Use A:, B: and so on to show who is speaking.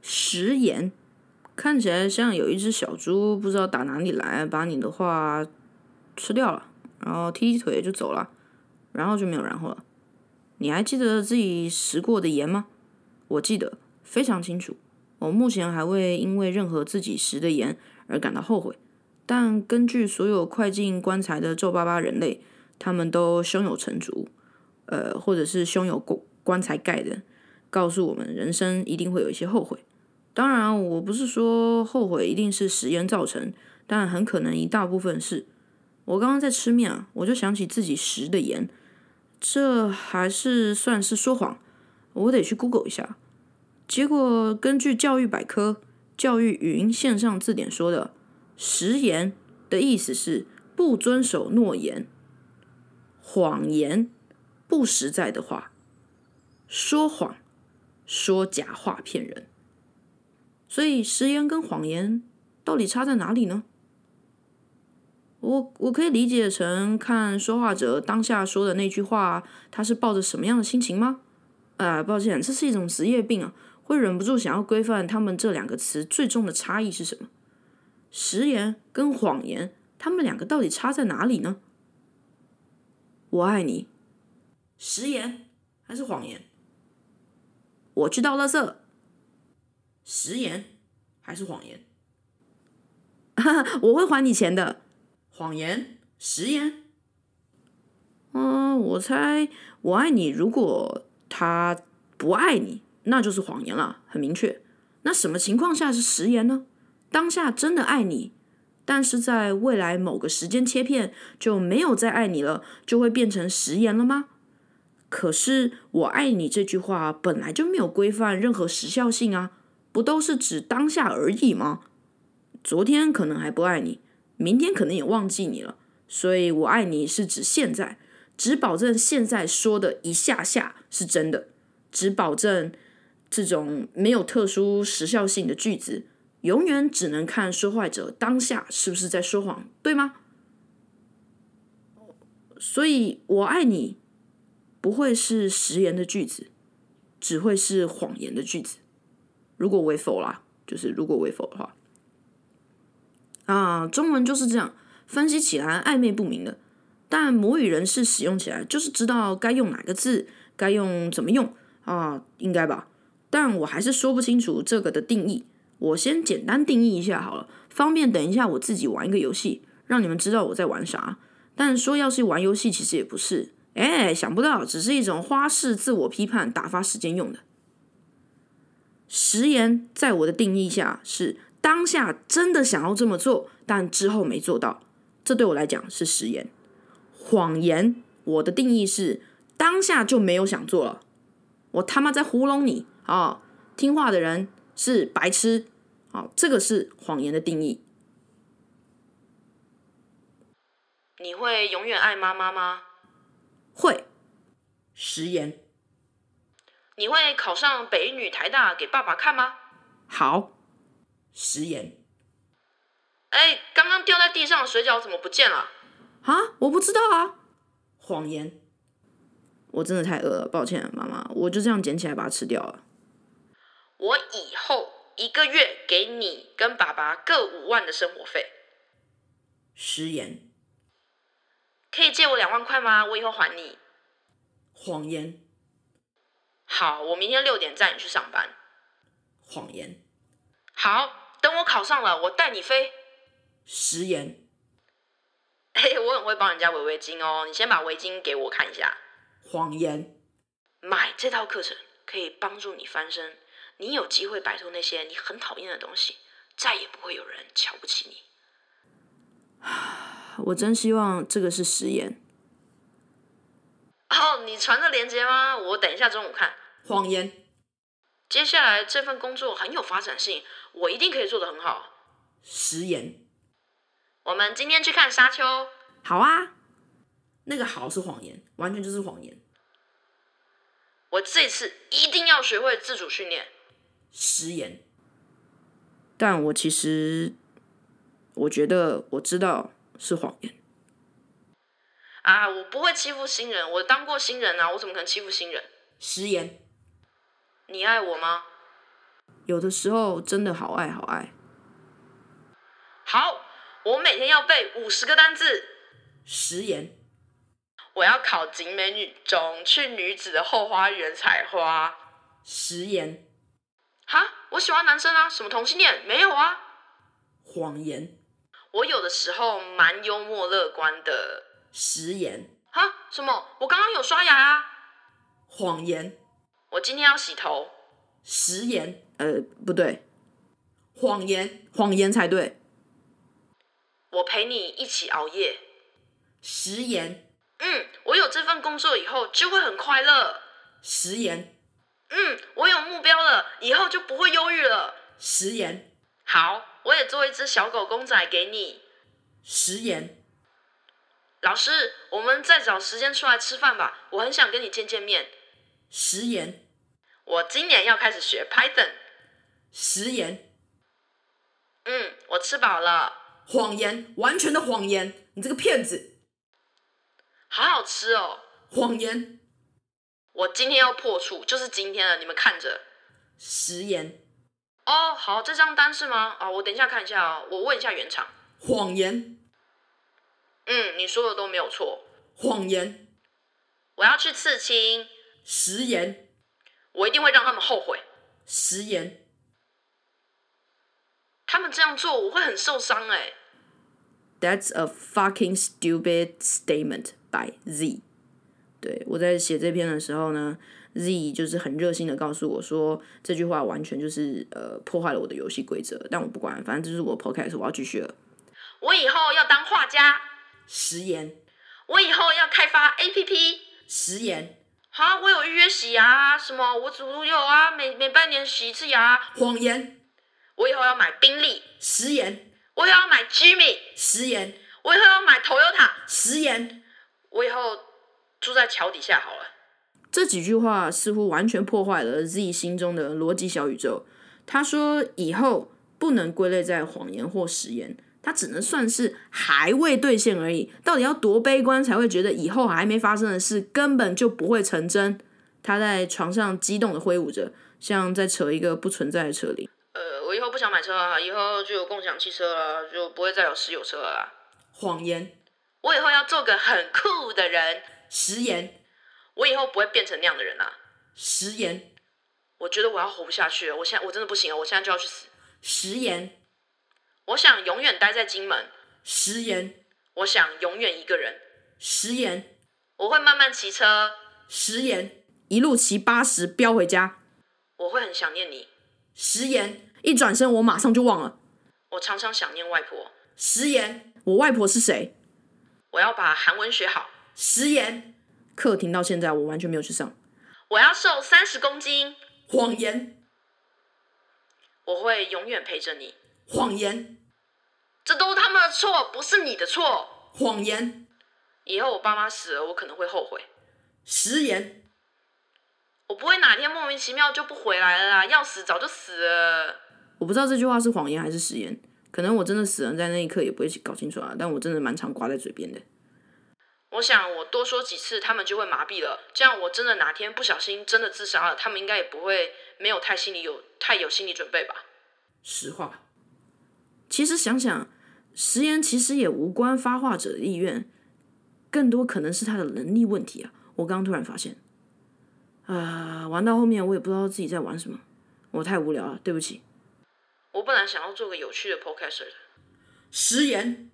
A: 食盐，看起来像有一只小猪，不知道打哪里来，把你的话吃掉了，然后踢腿就走了，然后就没有然后了。你还记得自己食过的盐吗？我记得非常清楚。我目前还未因为任何自己食的盐而感到后悔，但根据所有快进棺材的皱巴巴人类，他们都胸有成竹，呃，或者是胸有棺棺材盖的，告诉我们人生一定会有一些后悔。当然，我不是说后悔一定是食盐造成，但很可能一大部分是。我刚刚在吃面啊，我就想起自己食的盐，这还是算是说谎，我得去 Google 一下。结果根据教育百科、教育语音线上字典说的，食言的意思是不遵守诺言、谎言、不实在的话、说谎、说假话骗人。所以食言跟谎言到底差在哪里呢？我我可以理解成看说话者当下说的那句话，他是抱着什么样的心情吗？啊、抱歉，这是一种职业病啊，会忍不住想要规范他们这两个词最重的差异是什么？食言跟谎言，他们两个到底差在哪里呢？我爱你，食言还是谎言？我去倒垃圾，食言还是谎言？ 哈哈，我会还你钱的。谎言，食言。嗯，我猜我爱你，如果他不爱你，那就是谎言了，很明确。那什么情况下是食言呢？当下真的爱你，但是在未来某个时间切片就没有再爱你了，就会变成食言了吗？可是“我爱你”这句话本来就没有规范任何时效性啊，不都是指当下而已吗？昨天可能还不爱你，明天可能也忘记你了，所以“我爱你”是指现在。只保证现在说的一下下是真的，只保证这种没有特殊时效性的句子，永远只能看说话者当下是不是在说谎，对吗？所以“我爱你”不会是食言的句子，只会是谎言的句子。如果为否啦，就是如果为否的话，啊，中文就是这样，分析起来暧昧不明的。但母语人士使用起来就是知道该用哪个字，该用怎么用啊、应该吧？但我还是说不清楚这个的定义。我先简单定义一下好了，方便等一下我自己玩一个游戏，让你们知道我在玩啥。但说要是玩游戏，其实也不是，哎，想不到，只是一种花式自我批判、打发时间用的。食言在我的定义下是当下真的想要这么做，但之后没做到，这对我来讲是食言。谎言，我的定义是当下就没有想做了，我他妈在糊弄你啊、听话的人是白痴，好、这个是谎言的定义。你会永远爱妈妈吗？会。食言。你会考上北一女台大给爸爸看吗？好。食言。哎，刚刚掉在地上的水饺怎么不见了？啊，我不知道啊。谎言。我真的太饿了，抱歉，妈妈，我就这样捡起来把它吃掉了。我以后一个月给你跟爸爸各五万的生活费。食言。可以借我两万块吗？我以后还你。谎言。好，我明天六点载你去上班。谎言。好，等我考上了，我带你飞。食言。嘿，我很会帮人家围围巾哦，你先把围巾给我看一下。谎言。买这套课程可以帮助你翻身，你有机会摆脱那些你很讨厌的东西，再也不会有人瞧不起你。 我真希望这个是食言。哦，你传的链接吗？我等一下中午看。谎言。接下来这份工作很有发展性，我一定可以做得很好。食言。我们今天去看沙丘。好啊，那个好是谎言，完全就是谎言。我这次一定要学会自主训练。食言。但我其实，我觉得我知道是谎言。啊，我不会欺负新人，我当过新人啊，我怎么可能欺负新人？食言。你爱我吗？有的时候真的好爱好爱。
B: 好，我每天要背五十个单字，
A: 食言，
B: 我要考景美女中，去女子的后花园采花。
A: 食言，
B: 哈，我喜欢男生啊，什么同性恋没有啊？
A: 谎言，
B: 我有的时候蛮幽默乐观的。
A: 食言，
B: 哈，什么？我刚刚有刷牙啊，
A: 谎言，
B: 我今天要洗头。
A: 食言，呃，不对，谎言，谎言才对。
B: 我陪你一起熬夜。
A: 食言，
B: 嗯，我有这份工作以后就会很快乐。
A: 食言，
B: 嗯，我有目标了，以后就不会忧郁了。
A: 食言，
B: 好，我也做一只小狗公仔给你。
A: 食言，
B: 老师，我们再找时间出来吃饭吧，我很想跟你见见面。
A: 食言，
B: 我今年要开始学 Python。
A: 食言，
B: 嗯，我吃饱了，
A: 谎言，完全的谎言，你这个骗子！
B: 好好吃哦。
A: 谎言，
B: 我今天要破处，就是今天了，你们看着。
A: 食言，
B: 哦，好，这张单是吗？啊、我等一下看一下哦，我问一下原厂。
A: 谎言，
B: 嗯，你说的都没有错。
A: 谎言，
B: 我要去刺青，
A: 食言，
B: 我一定会让他们后悔。
A: 食言，
B: 他们这样做，我会很受伤哎、
A: That's a fucking stupid statement by Z 对。我在写这篇的时候呢，Z 就是很热心的告诉我说，这句话完全就是呃破坏了我的游戏规则，但我不管，反正这就是我的 podcast，我要继续了。
B: 我以后要当画家，
A: 食言，
B: 我以后要开发 APP。
A: 食言，
B: 啊，我有预约洗牙啊，什么我只有啊，每每半年洗一次牙啊。
A: 谎言，
B: 我以后要买宾利，
A: 食言，
B: 我以后要买 Jimmy，
A: 食言，
B: 我以后要买 Toyota，
A: 食言。
B: 我以后住在桥底下好了。
A: 这几句话似乎完全破坏了 Z 心中的逻辑小宇宙。他说以后不能归类在谎言或食言，它只能算是还未兑现而已。到底要多悲观才会觉得以后还没发生的事根本就不会成真？他在床上激动的挥舞着，像在扯一个不存在的扯铃。
B: 呃，我以后不想买车啊，以后就有共享汽车了，就不会再有私有车了啊。
A: 谎言、
B: 我以后要做个很酷的人，
A: 食言、
B: 我以后不会变成那样的人啊。
A: 食言、
B: 我觉得我要活不下去了，我现在我真的不行啊了，我现在就要去死。
A: 食言、
B: 我想永远待在金门，
A: 食言、
B: 我想永远一个人，
A: 食言、
B: 我会慢慢骑车，
A: 食言，一路骑八十飙回家。
B: 我会很想念你，
A: 食言，一转身我马上就忘了。
B: 我常常想念外婆。
A: 食言，我外婆是谁？
B: 我要把韩文学好，
A: 食言，课停到现在我完全没有去上。
B: 我要瘦三十公斤，
A: 谎言，
B: 我会永远陪着你。
A: 谎言，
B: 这都是他们的错，不是你的错。
A: 谎言，
B: 以后我爸妈死了，我可能会后悔。
A: 食言，
B: 我不会哪天莫名其妙就不回来了啦，要死早就死了。
A: 我不知道这句话是谎言还是食言，可能我真的死了，在那一刻也不会搞清楚啊。但我真的蛮常挂在嘴边的。
B: 我想我多说几次，他们就会麻痹了。这样我真的哪天不小心真的自杀了，他们应该也不会没有太心理有太有心理准备吧？
A: 实话。其实想想，食言其实也无关发话者的意愿，更多可能是他的能力问题啊！我刚突然发现，啊、玩到后面我也不知道自己在玩什么，我太无聊了，对不起。
B: 我本来想要做个有趣的 podcaster 的
A: 食言，